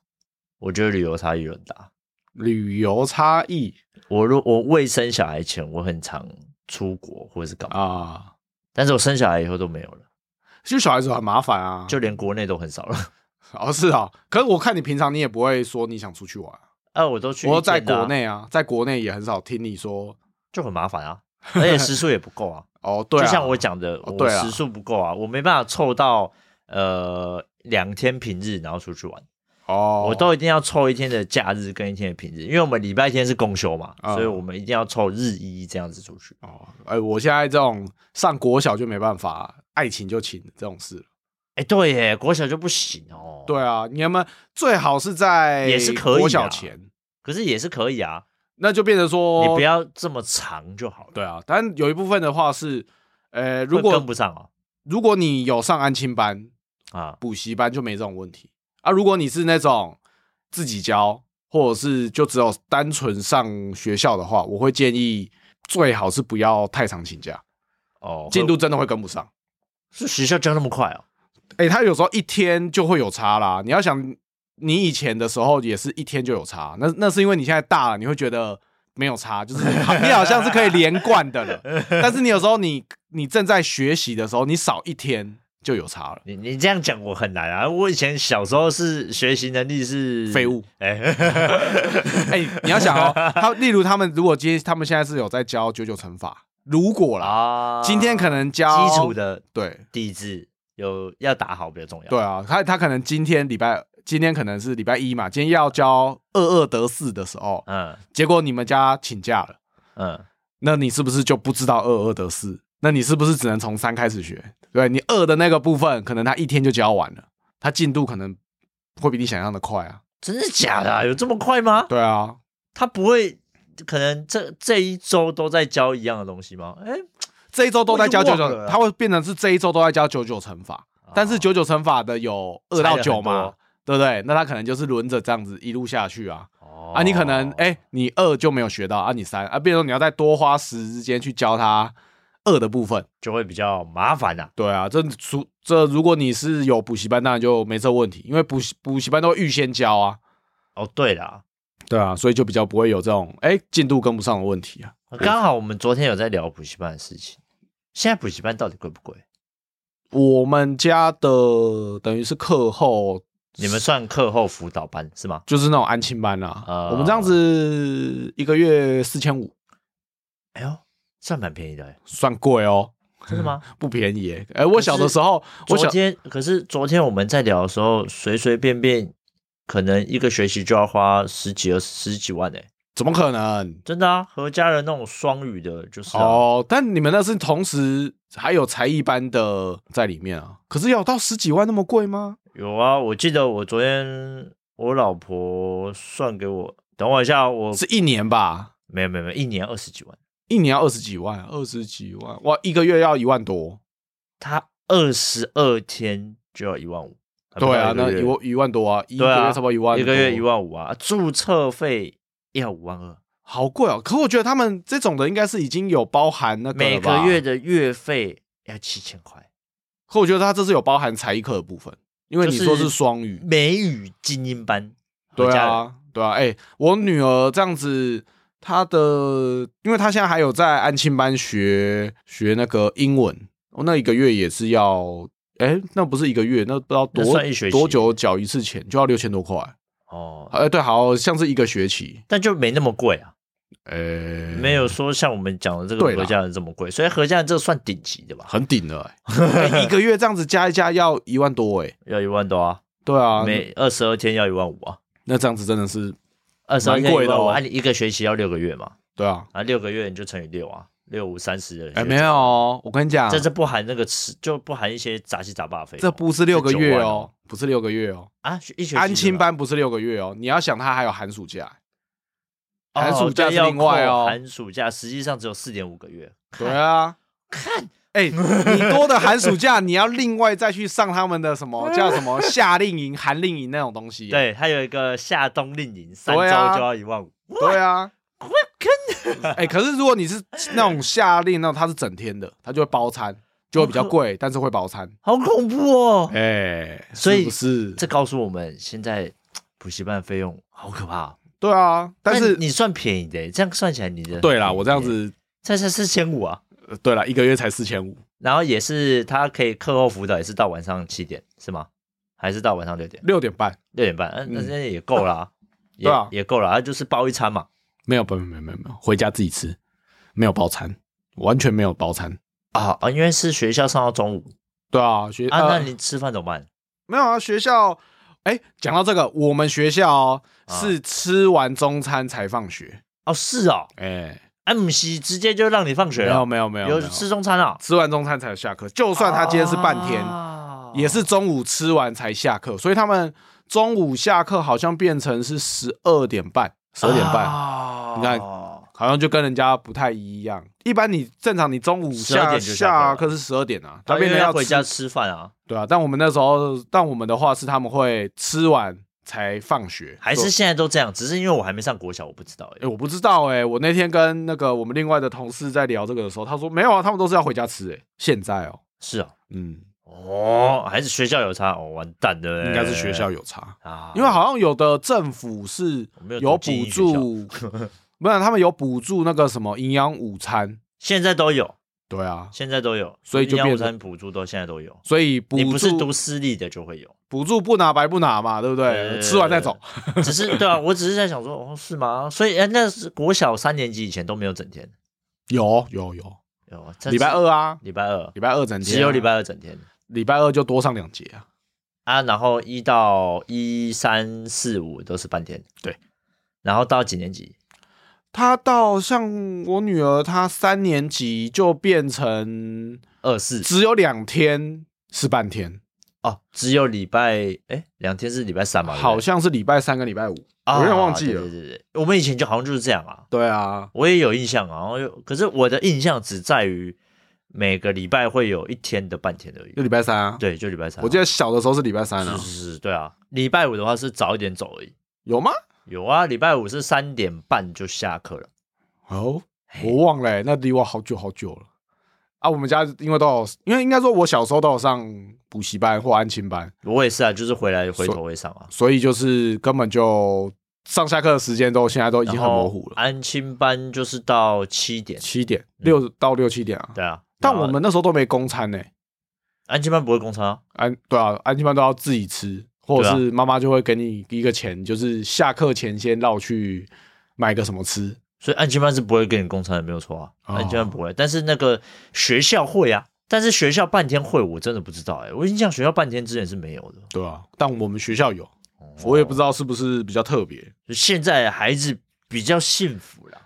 Speaker 1: 我觉得旅游差异很大。
Speaker 2: 旅游差异
Speaker 1: 我如我未生小孩前，我很常出国或者是干嘛，
Speaker 2: 啊，
Speaker 1: 但是我生小孩以后都没有了，
Speaker 2: 就小孩子很麻烦啊。
Speaker 1: 就连国内都很少了。
Speaker 2: 哦是啊，可是我看你平常你也不会说你想出去玩，
Speaker 1: 啊，我都去一间的啊，
Speaker 2: 我在国内啊，在国内也很少听你说
Speaker 1: 就很麻烦啊，而且时数也不够啊。
Speaker 2: 哦， <laughs> 对、啊，
Speaker 1: 就像我讲的，
Speaker 2: 哦
Speaker 1: 我
Speaker 2: 对啊
Speaker 1: 时数不够啊，我没办法凑到呃两天平日然后出去玩，
Speaker 2: 哦，
Speaker 1: 我都一定要凑一天的假日跟一天的平日，因为我们礼拜天是公休嘛，
Speaker 2: 嗯
Speaker 1: 所以我们一定要凑日一这样子出去。
Speaker 2: 哦，哎、我现在这种上国小就没办法，爱情就请这种事了。
Speaker 1: 哎、对耶，国小就不行哦。
Speaker 2: 对啊，你们最好是在
Speaker 1: 也是可以啊
Speaker 2: 国小前，
Speaker 1: 可是也是可以啊，
Speaker 2: 那就变成说
Speaker 1: 你不要这么长就好了。
Speaker 2: 对啊，但有一部分的话是，呃，如
Speaker 1: 会
Speaker 2: 果
Speaker 1: 跟不上哦，
Speaker 2: 如果你有上安亲班、
Speaker 1: 啊，
Speaker 2: 补习班，就没这种问题啊。如果你是那种自己教，或者是就只有单纯上学校的话，我会建议最好是不要太常请假，
Speaker 1: 哦，
Speaker 2: 进度真的会跟不上。
Speaker 1: 是学校教那么快哦，
Speaker 2: 哎、他有时候一天就会有差啦。你要想，你以前的时候也是一天就有差，那那是因为你现在大了，你会觉得没有差，就是你好你好像是可以连贯的了。但是你有时候你你正在学习的时候，你少一天就有差了。
Speaker 1: 你你这样讲我很难啊，我以前小时候是学习能力是
Speaker 2: 废物，
Speaker 1: 哎、 <laughs>
Speaker 2: 哎、你要想哦，他例如他们如果今天他们现在是有在教九九乘法，如果啦，
Speaker 1: 啊，
Speaker 2: 今天可能教
Speaker 1: 基础，的
Speaker 2: 对
Speaker 1: 底子有要打好比较重要，
Speaker 2: 对啊，他他可能今天礼拜今天可能是礼拜一嘛，今天要教二二得四的时候，
Speaker 1: 嗯
Speaker 2: 结果你们家请假了。
Speaker 1: 嗯，
Speaker 2: 那你是不是就不知道二二得四？那你是不是只能从三开始学？对你二的那个部分，可能他一天就教完了，他进度可能会比你想象的快啊。
Speaker 1: 真的假的、啊？有这么快吗？<laughs>
Speaker 2: 对啊，
Speaker 1: 他不会可能这这一周都在教一样的东西吗？哎、
Speaker 2: 这一周都在教
Speaker 1: 我已
Speaker 2: 九
Speaker 1: 经忘
Speaker 2: 九，
Speaker 1: 了
Speaker 2: 他会变成是这一周都在教九九乘法，但是
Speaker 1: 哦
Speaker 2: 九九乘法的有二到九
Speaker 1: 差了
Speaker 2: 嘛
Speaker 1: 很多，
Speaker 2: 对不对？那他可能就是轮着这样子一路下去啊。
Speaker 1: 哦
Speaker 2: 啊，你可能哎、你二就没有学到啊，你三啊，变成你要再多花时间去教他二的部分。
Speaker 1: 就会比较麻烦啦、
Speaker 2: 对啊，这除这如果你是有补习班，当然就没这问题，因为补习补习班都会预先教啊。
Speaker 1: 哦，对啦，
Speaker 2: 对啊，所以就比较不会有这种哎进度跟不上的问题啊。
Speaker 1: 刚好我们昨天有在聊补习班的事情，现在补习班到底贵不贵？
Speaker 2: 我们家的等于是课后
Speaker 1: 你们算课后辅导班是吗？
Speaker 2: 就是那种安亲班啦、
Speaker 1: 啊
Speaker 2: 我们这样子一个月四千五，
Speaker 1: 哎呦，算蛮便宜的、欸，
Speaker 2: 算贵哦，
Speaker 1: 真的吗？
Speaker 2: 不便宜耶。哎，我小的时候，我
Speaker 1: 昨
Speaker 2: 小
Speaker 1: 天可是昨天我们在聊的时候，随随便便可能一个学期就要花十几二十几万哎、
Speaker 2: 怎么可能？
Speaker 1: 真的啊！何家人那种双语的，就是、啊、
Speaker 2: 哦，但你们那是同时还有才艺班的在里面啊，可是要到十几万那么贵吗？
Speaker 1: 有啊。我记得我昨天我老婆算给我，等我一下，啊我
Speaker 2: 是一年吧？
Speaker 1: 没有没有没有，一年二十几万，
Speaker 2: 一年要二十几万，啊二十几万，哇，一个月要一万多。
Speaker 1: 她二十二天就要一万五。啊
Speaker 2: 对啊，
Speaker 1: 不到
Speaker 2: 那
Speaker 1: 一个
Speaker 2: 一
Speaker 1: 月
Speaker 2: 万一万多啊，一个
Speaker 1: 对
Speaker 2: 月
Speaker 1: 啊
Speaker 2: 差不多一万，
Speaker 1: 一个月一，万五啊，注册费要五万二，
Speaker 2: 好贵哦。可我觉得他们这种的应该是已经有包含那个
Speaker 1: 每
Speaker 2: 了吧
Speaker 1: 个月，的月费要七千块。
Speaker 2: 可我觉得他这是有包含才艺课的部分，因为你说是双语，
Speaker 1: 美语精英班，
Speaker 2: 对
Speaker 1: 何家人，
Speaker 2: 啊，对啊。哎、我女儿这样子，她的，因为她现在还有在安亲班学学那个英文，哦那一个月也是要，哎、那不是一个月，那不知道多
Speaker 1: 那算一学期
Speaker 2: 多久缴一次钱，就要六千多块。
Speaker 1: 哦，
Speaker 2: 哎，对，好像是一个学期，
Speaker 1: 但就没那么贵啊，
Speaker 2: 呃，
Speaker 1: 没有说像我们讲的这
Speaker 2: 对
Speaker 1: 个
Speaker 2: 啦
Speaker 1: 何家人这么贵，所以何家人这算顶级的吧，
Speaker 2: 很顶了、
Speaker 1: <laughs>
Speaker 2: 欸欸一个月这样子加一加要一万多哎、
Speaker 1: 要一万多啊，
Speaker 2: 对啊，
Speaker 1: 每二十二天要一万五啊，
Speaker 2: 那这样子真的是，
Speaker 1: 二十二天
Speaker 2: 蛮贵的哦
Speaker 1: 1万5啊，你一个学期要六个月嘛，
Speaker 2: 对啊，
Speaker 1: 啊，六个月你就乘以六啊，六五三十的，
Speaker 2: 哎、没有，哦，我跟你讲，
Speaker 1: 这这不含那个吃，就不含一些杂七杂八的费用，
Speaker 2: 这不是六个月
Speaker 1: 这九万
Speaker 2: 哦
Speaker 1: 哦，
Speaker 2: 不是六个月哦，
Speaker 1: 啊，学一学期
Speaker 2: 安亲
Speaker 1: 对吧
Speaker 2: 班不是六个月哦，你要想它还有寒暑假，
Speaker 1: 哦
Speaker 2: 寒暑假
Speaker 1: 对
Speaker 2: 是另外
Speaker 1: 要扣
Speaker 2: 哦，
Speaker 1: 寒暑假实际上只有四点五个月，
Speaker 2: 对啊，
Speaker 1: <laughs> 看
Speaker 2: 哎、你多的寒暑假你要另外再去上他们的
Speaker 1: <laughs>
Speaker 2: 什么叫什么夏令营、寒令营那种东西，
Speaker 1: 对，它有一个夏冬令营，三周
Speaker 2: 对啊
Speaker 1: 就要一万五。
Speaker 2: 对啊。 <laughs> 哎、可是如果你是那种夏令，那种它是整天的，它就会包餐，就
Speaker 1: 哦
Speaker 2: 会比较贵，但是会包餐。
Speaker 1: 好恐怖哦！
Speaker 2: 哎、
Speaker 1: 所以
Speaker 2: 是不是
Speaker 1: 这告诉我们，现在补习班费用好可怕哦、
Speaker 2: 对啊，但是
Speaker 1: 你算便宜的耶，这样算起来你的
Speaker 2: 对啦，我这样子，
Speaker 1: 才才四千五啊，
Speaker 2: 呃对啦，一个月才四千五，
Speaker 1: 然后也是他可以课后辅导，也是到晚上七点是吗？还是到晚上六点
Speaker 2: 六点半，
Speaker 1: 六点半？嗯，那
Speaker 2: 嗯
Speaker 1: 那也够
Speaker 2: <laughs>
Speaker 1: 啦，也
Speaker 2: 对啊
Speaker 1: 也够了，他就是包一餐嘛。
Speaker 2: 没有，不，没有，没有，没有，回家自己吃，没有包餐，完全没有包餐。
Speaker 1: 啊啊，因为是学校上到中午
Speaker 2: 对啊，学
Speaker 1: 啊，
Speaker 2: 呃
Speaker 1: 那你吃饭怎么办？
Speaker 2: 没有啊，学校，哎，讲到这个，我们学校哦
Speaker 1: 啊
Speaker 2: 是吃完中餐才放学，
Speaker 1: 哦，是哦，
Speaker 2: 哎，啊
Speaker 1: 安姆西直接就让你放学
Speaker 2: 没有，
Speaker 1: 了，
Speaker 2: 没有，没有，
Speaker 1: 有
Speaker 2: 没有
Speaker 1: 吃中餐啊、
Speaker 2: 吃完中餐才下课，就算他今天是半天，
Speaker 1: 啊
Speaker 2: 也是中午吃完才下课，所以他们中午下课好像变成是十二点半，十二点半，
Speaker 1: 哦
Speaker 2: 你看好像就跟人家不太一样。一般你正常你中午
Speaker 1: 12
Speaker 2: 下
Speaker 1: 点就下课
Speaker 2: 下
Speaker 1: 了
Speaker 2: 课是十二点啊，
Speaker 1: 他
Speaker 2: 变
Speaker 1: 因
Speaker 2: 成
Speaker 1: 为要回
Speaker 2: 吃
Speaker 1: 家吃饭啊，
Speaker 2: 对啊，但我们那时候，但我们的话是他们会吃完才放学，
Speaker 1: 还是现在都这样？只是因为我还没上国小，我不知道
Speaker 2: 哎、
Speaker 1: 哎。
Speaker 2: 我不知道哎、我那天跟那个我们另外的同事在聊这个的时候，他说没有啊，他们都是要回家吃哎、现在哦、
Speaker 1: 是啊，
Speaker 2: 嗯，
Speaker 1: 哦，还是学校有差哦，完蛋的嘞，
Speaker 2: 应该是学校有差，
Speaker 1: 啊，
Speaker 2: 因为好像有的政府是
Speaker 1: 我没有
Speaker 2: 有
Speaker 1: 读精
Speaker 2: 补
Speaker 1: 英学校
Speaker 2: 助，没有他们有补助那个什么营养午餐，
Speaker 1: 现在都有，
Speaker 2: 对啊，
Speaker 1: 现在都有，
Speaker 2: 所以就
Speaker 1: 营养午
Speaker 2: 变成
Speaker 1: 餐补助都现在都有。
Speaker 2: 所以补
Speaker 1: 你不是
Speaker 2: 助
Speaker 1: 读私立的就会有，
Speaker 2: 补助不拿白不拿嘛，对不对？
Speaker 1: 呃
Speaker 2: 吃完再走，
Speaker 1: 只
Speaker 2: <laughs>
Speaker 1: 是对啊，我只是在想说，哦，是吗？所以哎，那是国小三年级以前都没有整天，
Speaker 2: 有有有，
Speaker 1: 有
Speaker 2: 礼拜，二啊
Speaker 1: 这是，礼拜二，
Speaker 2: 礼拜二整天啊、
Speaker 1: 只有礼拜二整天
Speaker 2: 礼拜二就多上两节啊。
Speaker 1: 啊，然后一到一三四五都是半天，
Speaker 2: 对，
Speaker 1: 然后到几年级？
Speaker 2: 他到像我女儿，她三年级就变成
Speaker 1: 二四
Speaker 2: 只有两天是半天，
Speaker 1: 哦，只有礼拜哎两天是礼拜三嘛，对不对
Speaker 2: 好像是礼拜三跟礼拜五，我有点忘记
Speaker 1: 啊对
Speaker 2: 了。
Speaker 1: 对对对，我们以前就好像就是这样啊，
Speaker 2: 对啊，
Speaker 1: 我也有印象啊，然后又可是我的印象只在于每个礼拜会有一天的半天而已
Speaker 2: 就，礼拜三啊。
Speaker 1: 对，就礼拜三啊。
Speaker 2: 我记得小的时候是礼拜三啊
Speaker 1: 是，是是，对啊，礼拜五的话是早一点走而已。
Speaker 2: 有吗？
Speaker 1: 有啊，礼拜五是三点半就下课了。
Speaker 2: 哦，
Speaker 1: 哎
Speaker 2: 我忘了欸、那离我好久好久了。啊，我们家因为都有，因为应该说，我小时候都有上补习班或安亲班，
Speaker 1: 我也是啊，就是回来回头会上啊，
Speaker 2: 所以就是根本就上下课的时间都现在都已经
Speaker 1: 然
Speaker 2: 很
Speaker 1: 后
Speaker 2: 模糊了。
Speaker 1: 安亲班就是到七点，
Speaker 2: 七点六到六七点啊，
Speaker 1: 嗯对啊。
Speaker 2: 但
Speaker 1: 然后
Speaker 2: 我们那时候都没公餐呢、
Speaker 1: 安亲班不会公差，
Speaker 2: 安对啊，安亲班都要自己吃，或
Speaker 1: 对
Speaker 2: 者
Speaker 1: 啊
Speaker 2: 是妈妈就会给你一个钱，就是下课前先绕去买个什么吃。
Speaker 1: 所以安亲班是不会给你公差的，没有错啊。
Speaker 2: 哦
Speaker 1: 安亲班不会，但是那个学校会啊。但是学校半天会，我真的不知道哎、我印象学校半天之前是没有的。
Speaker 2: 对啊，但我们学校有，
Speaker 1: 哦
Speaker 2: 我也不知道是不是比较特别。
Speaker 1: 就现在孩子比较幸福啦，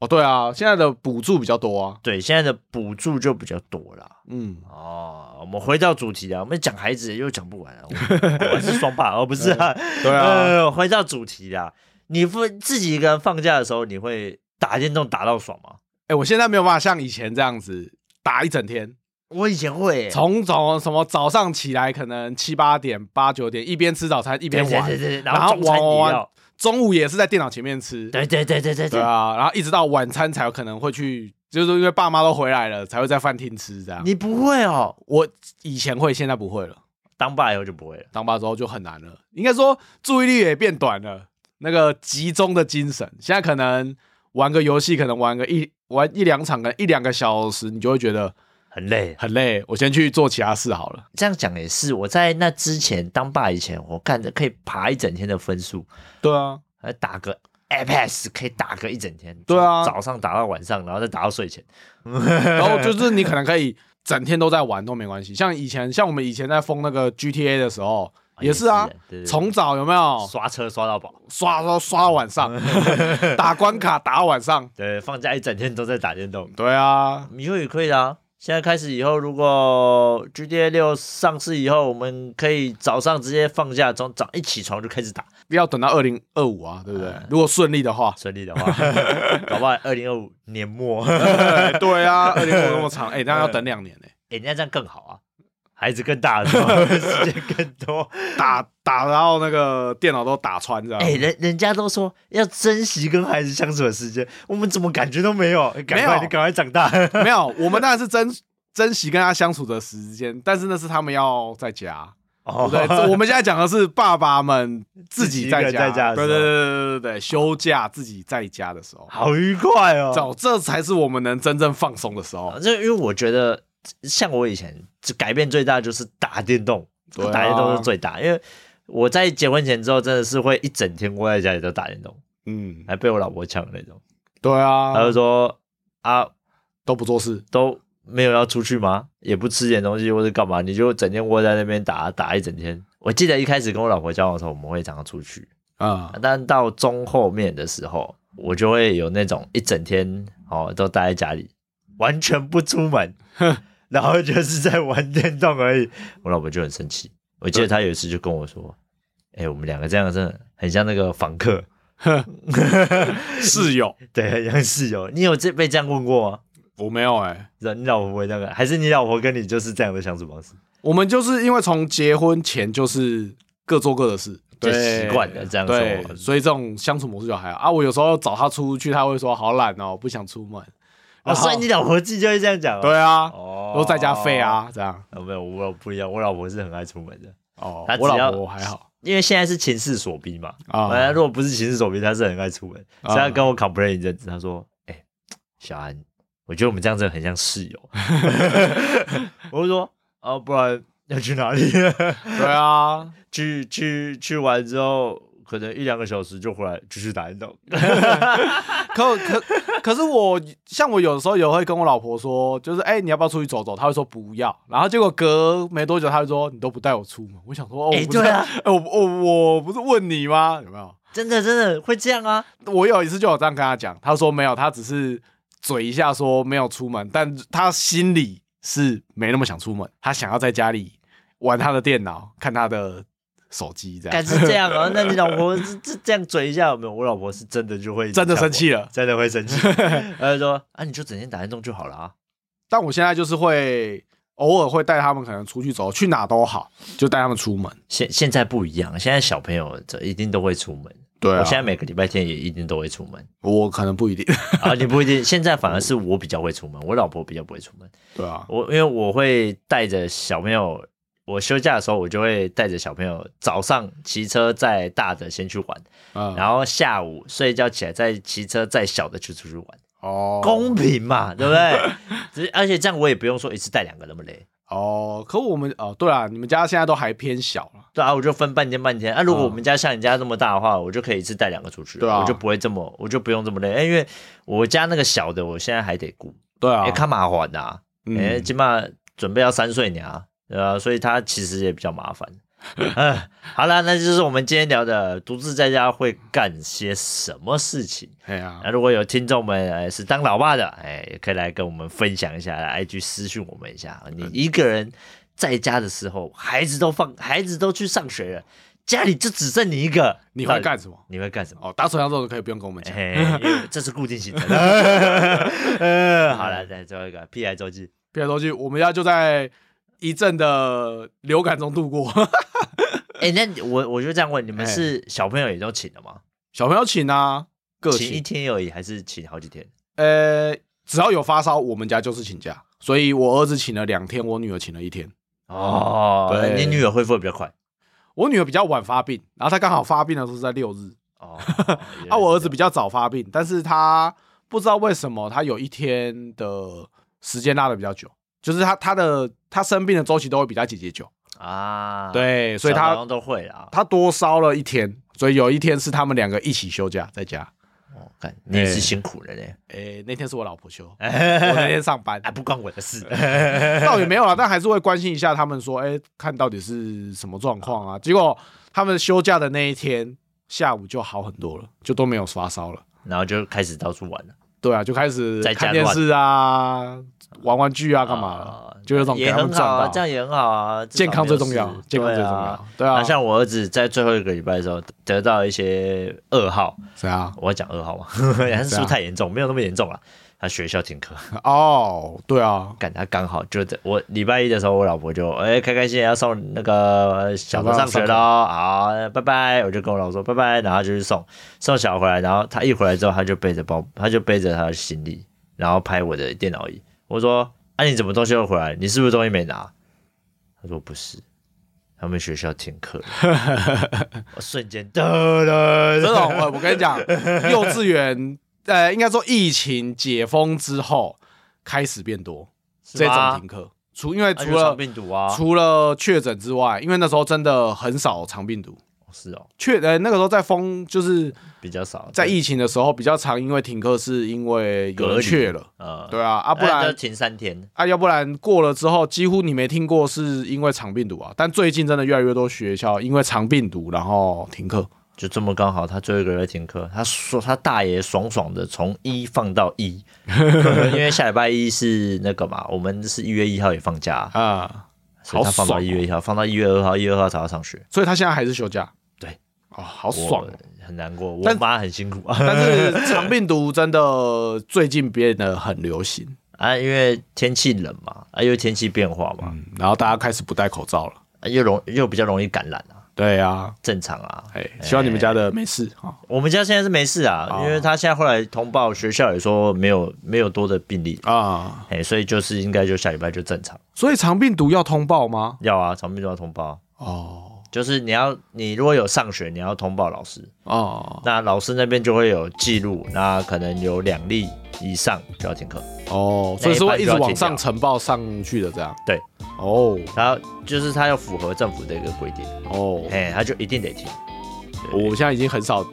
Speaker 2: 哦，对啊，现在的补助比较多啊。
Speaker 1: 对，现在的补助就比较多啦。
Speaker 2: 嗯，
Speaker 1: 哦，我们回到主题啊，我们讲孩子又讲不完啊，我我还是双爸哦，不是啊，
Speaker 2: 对啊，
Speaker 1: 呃，回到主题啦，你不自己一个人放假的时候，你会打电动打到爽吗？
Speaker 2: 哎，我现在没有办法像以前这样子打一整天，
Speaker 1: 我以前会、欸，
Speaker 2: 从从什么早上起来可能七八点、八九点，一边吃早餐一
Speaker 1: 对
Speaker 2: 边
Speaker 1: 对对
Speaker 2: 玩，
Speaker 1: 对，
Speaker 2: 然
Speaker 1: 然
Speaker 2: 后
Speaker 1: 后中餐
Speaker 2: 玩
Speaker 1: 也
Speaker 2: 玩
Speaker 1: 要，
Speaker 2: 中午也是在电脑前面吃。
Speaker 1: 对对对对对
Speaker 2: 对
Speaker 1: 对。
Speaker 2: 啊，然后一直到晚餐才有可能会去，就是因为爸妈都回来了，才会在饭厅吃这样。
Speaker 1: 你不会哦，
Speaker 2: 我以前会，现在不会了。
Speaker 1: 当爸以后就不会了。
Speaker 2: 当爸之后就很难了，应该说注意力也变短了，那个集中的精神，现在可能玩个游戏，可能玩个一玩一两场，可能一两个小时，你就会觉得
Speaker 1: 很累，啊
Speaker 2: 很累，我先去做其他事好了。
Speaker 1: 这样讲也是。我在那之前当爸以前，我干着可以爬一整天的分数，
Speaker 2: 对啊，
Speaker 1: 还打个 Apex 可以打个一整天。
Speaker 2: 对啊
Speaker 1: 早上打到晚上，然后再打到睡前。
Speaker 2: 然后就是你可能可以整天都在玩都没关系，像以前，像我们以前在封那个 GTA 的时
Speaker 1: 哦
Speaker 2: 候也是啊，
Speaker 1: 对对对
Speaker 2: 从早有没有
Speaker 1: 刷车刷到饱，
Speaker 2: 刷刷刷到晚上， <laughs> 打关卡打到晚上。
Speaker 1: 对，放假一整天都在打电动，
Speaker 2: 对啊，
Speaker 1: 以后也可以的啊。现在开始以后，如果 GTA 六上市以后，我们可以早上直接放假，从早一起床就开始打，。
Speaker 2: 要等到二零二五啊，对不对？如果顺利的话
Speaker 1: 哎
Speaker 2: <laughs>
Speaker 1: 顺利的 <laughs> 话，搞不好二零二五年末，
Speaker 2: 对啊，二零二五那么长，哎、那要等两年呢、
Speaker 1: 人家这样更好啊，孩子更大了， <laughs> 时间更多。
Speaker 2: 打打到那个电脑都打穿，这样。
Speaker 1: 哎、人人家都说要珍惜跟孩子相处的时间，我们怎么感觉都没有？赶
Speaker 2: 没有
Speaker 1: 快，你赶快长大。
Speaker 2: 没有，我们当然是珍珍惜跟他相处的时间，但是那是他们要在家，
Speaker 1: <laughs>
Speaker 2: 对
Speaker 1: 哦 <laughs>
Speaker 2: 不对？这我们现在讲的是爸爸们自己在
Speaker 1: 自己一个
Speaker 2: 家，
Speaker 1: 人在家的时
Speaker 2: 对
Speaker 1: 候
Speaker 2: 对对对对对，休假自己在家的时候，
Speaker 1: 好愉快哦。
Speaker 2: 早这才是我们能真正放松的时候
Speaker 1: 啊，。这因为我觉得，像我以前就改变最大就是打电动，
Speaker 2: 对啊
Speaker 1: 打电动是最大。因为我在结婚前之后，真的是会一整天窝在家里都打电动，
Speaker 2: 嗯，
Speaker 1: 还被我老婆抢那种。
Speaker 2: 对啊
Speaker 1: 她，就说啊，
Speaker 2: 都不做事，
Speaker 1: 都没有要出去吗？也不吃点东西或者干嘛，你就整天窝在那边打打一整天。我记得一开始跟我老婆交往的时候，我们会常常出去，
Speaker 2: 啊、
Speaker 1: 但到中后面的时候，我就会有那种一整天哦都待在家里，完全不出门，然后就是在玩电动而已。我老婆就很生气，我记得她有一次就跟我说：“哎、我们两个这样真的很像那个房客，
Speaker 2: 室友，
Speaker 1: 对，杨室友，你有这被这样问过吗？
Speaker 2: 我没有哎、
Speaker 1: 让你老婆不会那个，还是你老婆跟你就是这样的相处方式，
Speaker 2: 我们就是因为从结婚前就是各做各的事，
Speaker 1: 就
Speaker 2: 对，
Speaker 1: 习惯了这样生
Speaker 2: 对，
Speaker 1: 活
Speaker 2: 所以这种相处模式就还好啊。我有时候找他出去，他会说好懒哦，不想出门。
Speaker 1: 哦，
Speaker 2: 然后
Speaker 1: 所以你老婆自己就会这样讲、哦，
Speaker 2: 对啊，
Speaker 1: 哦，
Speaker 2: 都在家废啊，这样。
Speaker 1: 哦。没有，我老不一样，我老婆是很爱出门的，
Speaker 2: 哦
Speaker 1: 他，只
Speaker 2: 我
Speaker 1: 要哎
Speaker 2: 老婆还好
Speaker 1: 因为现在是情势所逼嘛。
Speaker 2: 啊
Speaker 1: 反，正如果不是情势所逼，她是很爱出门。所
Speaker 2: 啊
Speaker 1: 以她跟我 complain 一阵子，她说：“哎、小安，我觉得我们这样真的很像室
Speaker 2: <laughs>
Speaker 1: 友。”我就说：“啊，不然要去哪里？ <laughs>
Speaker 2: 对啊，
Speaker 1: 去去去完之后，可能一两个小时就回来继续打电动。 <laughs>
Speaker 2: 可可可是我像我有时候也会跟我老婆说，就是哎、你要不要出去走走？她会说不要，然后结果隔没多久，她就说你都不带我出门。我想说，哦，
Speaker 1: 哎
Speaker 2: 我不是
Speaker 1: 对啊，
Speaker 2: 哎我我我不是问你吗？有没有？
Speaker 1: 真的真的会这样啊？
Speaker 2: 我有一次就有这样跟她讲，她说没有，她只是嘴一下说没有出门，但她心里是没那么想出门，她想要在家里玩她的电脑，看她的手机这
Speaker 1: 敢
Speaker 2: 样。
Speaker 1: 是这样啊？那你老婆这这这样嘴一下有没有？我老婆是真的就会
Speaker 2: <laughs> 真的生
Speaker 1: 呛
Speaker 2: 气了
Speaker 1: 我，，真的会生气。 <laughs> 她就说：“啊，你就整天打电动就好了啊。
Speaker 2: 但我现在就是会偶尔会带他们可能出去走，去哪都好，就带他们出门。”
Speaker 1: 现现在不一样，现在小朋友这一定都会出门。
Speaker 2: 对啊
Speaker 1: 我现在每个礼拜天也一定都会出门 <laughs>
Speaker 2: 我可能不一定。
Speaker 1: 啊，你不一定。现在反而是我比较会出门，我老婆比较不会出门。
Speaker 2: 对啊，
Speaker 1: 我因为我会带着小朋友，我休假的时候我就会带着小朋友早上骑车载大的先去玩，
Speaker 2: 嗯，
Speaker 1: 然后下午睡觉起来再骑车载小的去出去玩，
Speaker 2: 哦，
Speaker 1: 公平嘛，对不对？
Speaker 2: <laughs>
Speaker 1: 只是而且这样我也不用说一次带两个那么累。
Speaker 2: 哦，可我们哦，对啊，你们家现在都还偏小了，
Speaker 1: 对啊，我就分半天半天。啊，如果
Speaker 2: 嗯
Speaker 1: 我们家像你家这么大的话，我就可以一次带两个出去，
Speaker 2: 对啊
Speaker 1: 我就不会这么，我就不用这么累。哎、因为我家那个小的，我现在还得顾，
Speaker 2: 对啊
Speaker 1: 哎、，看麻烦呐、
Speaker 2: 嗯
Speaker 1: 哎、起码准备要三岁呢啊，对啊，所以他其实也比较麻
Speaker 2: <laughs>
Speaker 1: 烦。嗯，好啦，那就是我们今天聊的独自在家会干些什么事情。
Speaker 2: 哎呀
Speaker 1: 那，如果有听众们呃是当老爸的，哎、也可以来跟我们分享一下，来 IG 私讯我们一下。
Speaker 2: 嗯
Speaker 1: 你一个人在家的时候，孩子都放，孩子都去上学了，家里就只剩你一个，
Speaker 2: 你
Speaker 1: 到
Speaker 2: 会
Speaker 1: 底哎
Speaker 2: 干什么？
Speaker 1: 你会干
Speaker 2: <laughs>
Speaker 1: 什么？
Speaker 2: 哦，打手枪这种可以不用跟我们讲。
Speaker 1: 嘿，因为这是固定行程。
Speaker 2: <laughs>
Speaker 1: 呃好了，再最后一个 P I 周记，
Speaker 2: 嗯别的东西，我们家就在一阵的流感中度过。 <laughs>
Speaker 1: 哎、那我我就这样问，你
Speaker 2: 哎
Speaker 1: 们是小朋友也都请了吗？
Speaker 2: 小朋友请啊，各
Speaker 1: 请一
Speaker 2: 请，
Speaker 1: 天而已，还是请好几天？
Speaker 2: 呃，只要有发烧，我们家就是请假。所以我儿子请了两天，我女儿请了一天。
Speaker 1: 哦，
Speaker 2: 对
Speaker 1: 你女儿恢复的比较快。
Speaker 2: 我女儿比较晚发病，然后她刚好发病的时候是在六日，
Speaker 1: 哦，原来是这
Speaker 2: <laughs> 啊，
Speaker 1: 样
Speaker 2: 我儿子比较早发病，但是他不知道为什么他有一天的时间拉的比较久，就是他他的他生病的周期都会比他姐姐久，
Speaker 1: 啊，，
Speaker 2: 对，所以
Speaker 1: 好
Speaker 2: 他
Speaker 1: 像都会啦。
Speaker 2: 他多烧了一天，所以有一天是他们两个一起休假在家。
Speaker 1: 哦，看你也是辛苦了
Speaker 2: <laughs>
Speaker 1: 嘞，
Speaker 2: 诶、那天是我老婆 <laughs> 休，我那
Speaker 1: 哎，
Speaker 2: 天上班，
Speaker 1: 不关我的
Speaker 2: <laughs>
Speaker 1: 事。
Speaker 2: 倒也没有啦，但还是会关心一下他们说，诶，看到底是什么状况啊？结果他们休假的那一天下午就好很多了，就都没有发烧了。
Speaker 1: 然后就开始到处玩了，
Speaker 2: 对啊，就开始
Speaker 1: 在家
Speaker 2: 看电视啊，玩玩具啊，干嘛
Speaker 1: 啊
Speaker 2: 的，就有种给
Speaker 1: 也
Speaker 2: 他们
Speaker 1: 很
Speaker 2: 赚
Speaker 1: 好啊，
Speaker 2: 到
Speaker 1: 这。样也很好啊，
Speaker 2: 健康最
Speaker 1: 至少
Speaker 2: 重
Speaker 1: 没有
Speaker 2: 要
Speaker 1: 事，
Speaker 2: 健康最
Speaker 1: 对
Speaker 2: 重
Speaker 1: 啊
Speaker 2: 要。对
Speaker 1: 那
Speaker 2: 啊，
Speaker 1: 像我儿子在最后一个礼拜的时候得到一些噩耗，
Speaker 2: 谁啊？
Speaker 1: 我要讲噩耗吗？ <laughs> 还是是不是太严重？没有那么严重啦。啊他学校停课，
Speaker 2: 哦，
Speaker 1: <laughs>
Speaker 2: 对啊，
Speaker 1: 赶他刚好就在我礼拜一的时候，我老婆就哎、开开心心要送那个小的上学喽，好拜拜，我就跟我老婆说拜拜，然后就去送送小回来，然后他一回来之后，他就背着包，他就背着他的行李，然后拍我的电脑椅，我说啊你怎么东西又回来？你是不是东西没拿？他说不是，他们学校停课了，
Speaker 2: <laughs>
Speaker 1: 我瞬间噔噔，
Speaker 2: 这种哦我我跟你讲，幼稚园呃，应该说疫情解封之后开始变多这种停课，除因为除
Speaker 1: 除了
Speaker 2: 了
Speaker 1: 病毒啊，
Speaker 2: 除了确诊之外，因为那时候真的很少长病毒。
Speaker 1: 是哦，
Speaker 2: 确呃那个时候在封，就是
Speaker 1: 比较少
Speaker 2: 在疫情的时候比较常，因为停课是因为
Speaker 1: 隔
Speaker 2: 有人
Speaker 1: 离
Speaker 2: 确了，
Speaker 1: 呃，
Speaker 2: 对啊啊不
Speaker 1: 那
Speaker 2: 然
Speaker 1: 就停三天，
Speaker 2: 啊，要不然过了之后，几乎你没听过是因为肠病毒啊。但最近真的越来越多学校因为肠病毒然后停课。
Speaker 1: 就这么刚好，他最后一个月停课，他说他大爷爽爽的从一放到
Speaker 2: <laughs>
Speaker 1: 一，因为下礼拜一是那个嘛，我们是一月一号也放假，
Speaker 2: 啊，
Speaker 1: 所以他
Speaker 2: 好爽
Speaker 1: 放到一月一号，放到一月二号，一月二号才要上学，
Speaker 2: 所以他现在还是休假。
Speaker 1: 对， <laughs>
Speaker 2: 哦，好爽哦、
Speaker 1: 我很难过，我
Speaker 2: 但
Speaker 1: 妈很辛苦啊。 <laughs>
Speaker 2: 但是肠病毒真的最近变得很流行，
Speaker 1: 啊，因为天气冷嘛，啊，又天气变化嘛，
Speaker 2: 嗯，然后大家开始不戴口罩了。
Speaker 1: 啊、又容又比较容易感染啊，
Speaker 2: 对啊，
Speaker 1: 正常啊。
Speaker 2: 哎，希望你们家的没事啊。
Speaker 1: 我们家现在是没事啊，
Speaker 2: 哦
Speaker 1: 因为他现在后来通报学校也说没有没有多的病例，
Speaker 2: 啊，
Speaker 1: 哎、所以就是应该就下礼拜就正常。
Speaker 2: 所以肠病毒要通报吗？
Speaker 1: 要啊，长病都要通报啊，
Speaker 2: 哦
Speaker 1: 就是你要你如果有上学，你要通报老师，
Speaker 2: 哦
Speaker 1: 那老师那边就会有记录，那可能有两例以上就要停课。
Speaker 2: 哦，所以是会一直往上呈报上去的这样。
Speaker 1: 对，
Speaker 2: 哦
Speaker 1: 然后就是他要符合政府的一个规定，
Speaker 2: 哦，
Speaker 1: 哎、他就一定得停。
Speaker 2: 我现在已经很少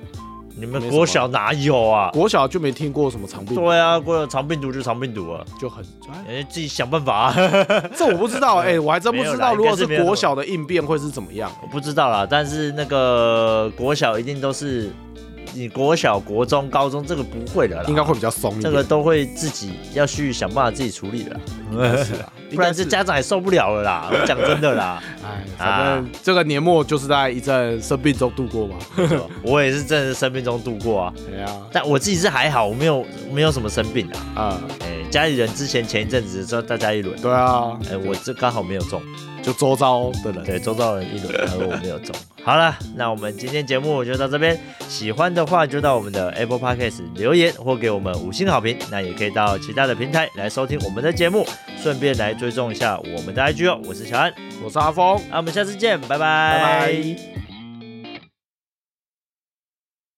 Speaker 1: 你们
Speaker 2: 没什么
Speaker 1: 国小哪有啊？
Speaker 2: 国小就没听过什么肠病毒，
Speaker 1: 对啊，国小长病毒就长病毒啊，
Speaker 2: 就很哎
Speaker 1: 人家自己想办法、啊。 <laughs>
Speaker 2: 这我不知道哎，我还真不知
Speaker 1: 没有啦
Speaker 2: 道如果是
Speaker 1: 应该是没有那么
Speaker 2: 国小的应变会是怎么样。
Speaker 1: 我不知道啦，但是那个国小一定都是你国小、国中、高中这个不会的啦，
Speaker 2: 应该会比较松一
Speaker 1: 这
Speaker 2: 点，
Speaker 1: 个都会自己要去想办法自己处理的啦，
Speaker 2: 是啊， <laughs> 应
Speaker 1: 不然
Speaker 2: 该
Speaker 1: 这
Speaker 2: 是
Speaker 1: 家长也受不了了啦。我讲真的
Speaker 2: <laughs>
Speaker 1: 啦，
Speaker 2: 哎，
Speaker 1: 啊
Speaker 2: 反正这个年末就是在一阵生病中度过
Speaker 1: <laughs>
Speaker 2: 嘛。
Speaker 1: 我也是真的生病中度过啊，
Speaker 2: 对啊，
Speaker 1: 但我自己是还好，我没有没有什么生病啊。
Speaker 2: 啊，
Speaker 1: 哎、家里人之前前一阵子说大家一轮，
Speaker 2: 对啊，
Speaker 1: 哎、我这刚好没有中。
Speaker 2: 就周遭的人，
Speaker 1: 对，周遭人一轮，然后我没有中。好了，那我们今天节目就到这边。喜欢的话就到我们的 Apple Podcast 留言或给我们五星好评。那也可以到其他的平台来收听我们的节目，顺便来追踪一下我们的 IG 哦。我是小安，
Speaker 2: 我是阿峰，
Speaker 1: 那我们下次见，拜
Speaker 2: 拜
Speaker 1: 拜
Speaker 2: 拜。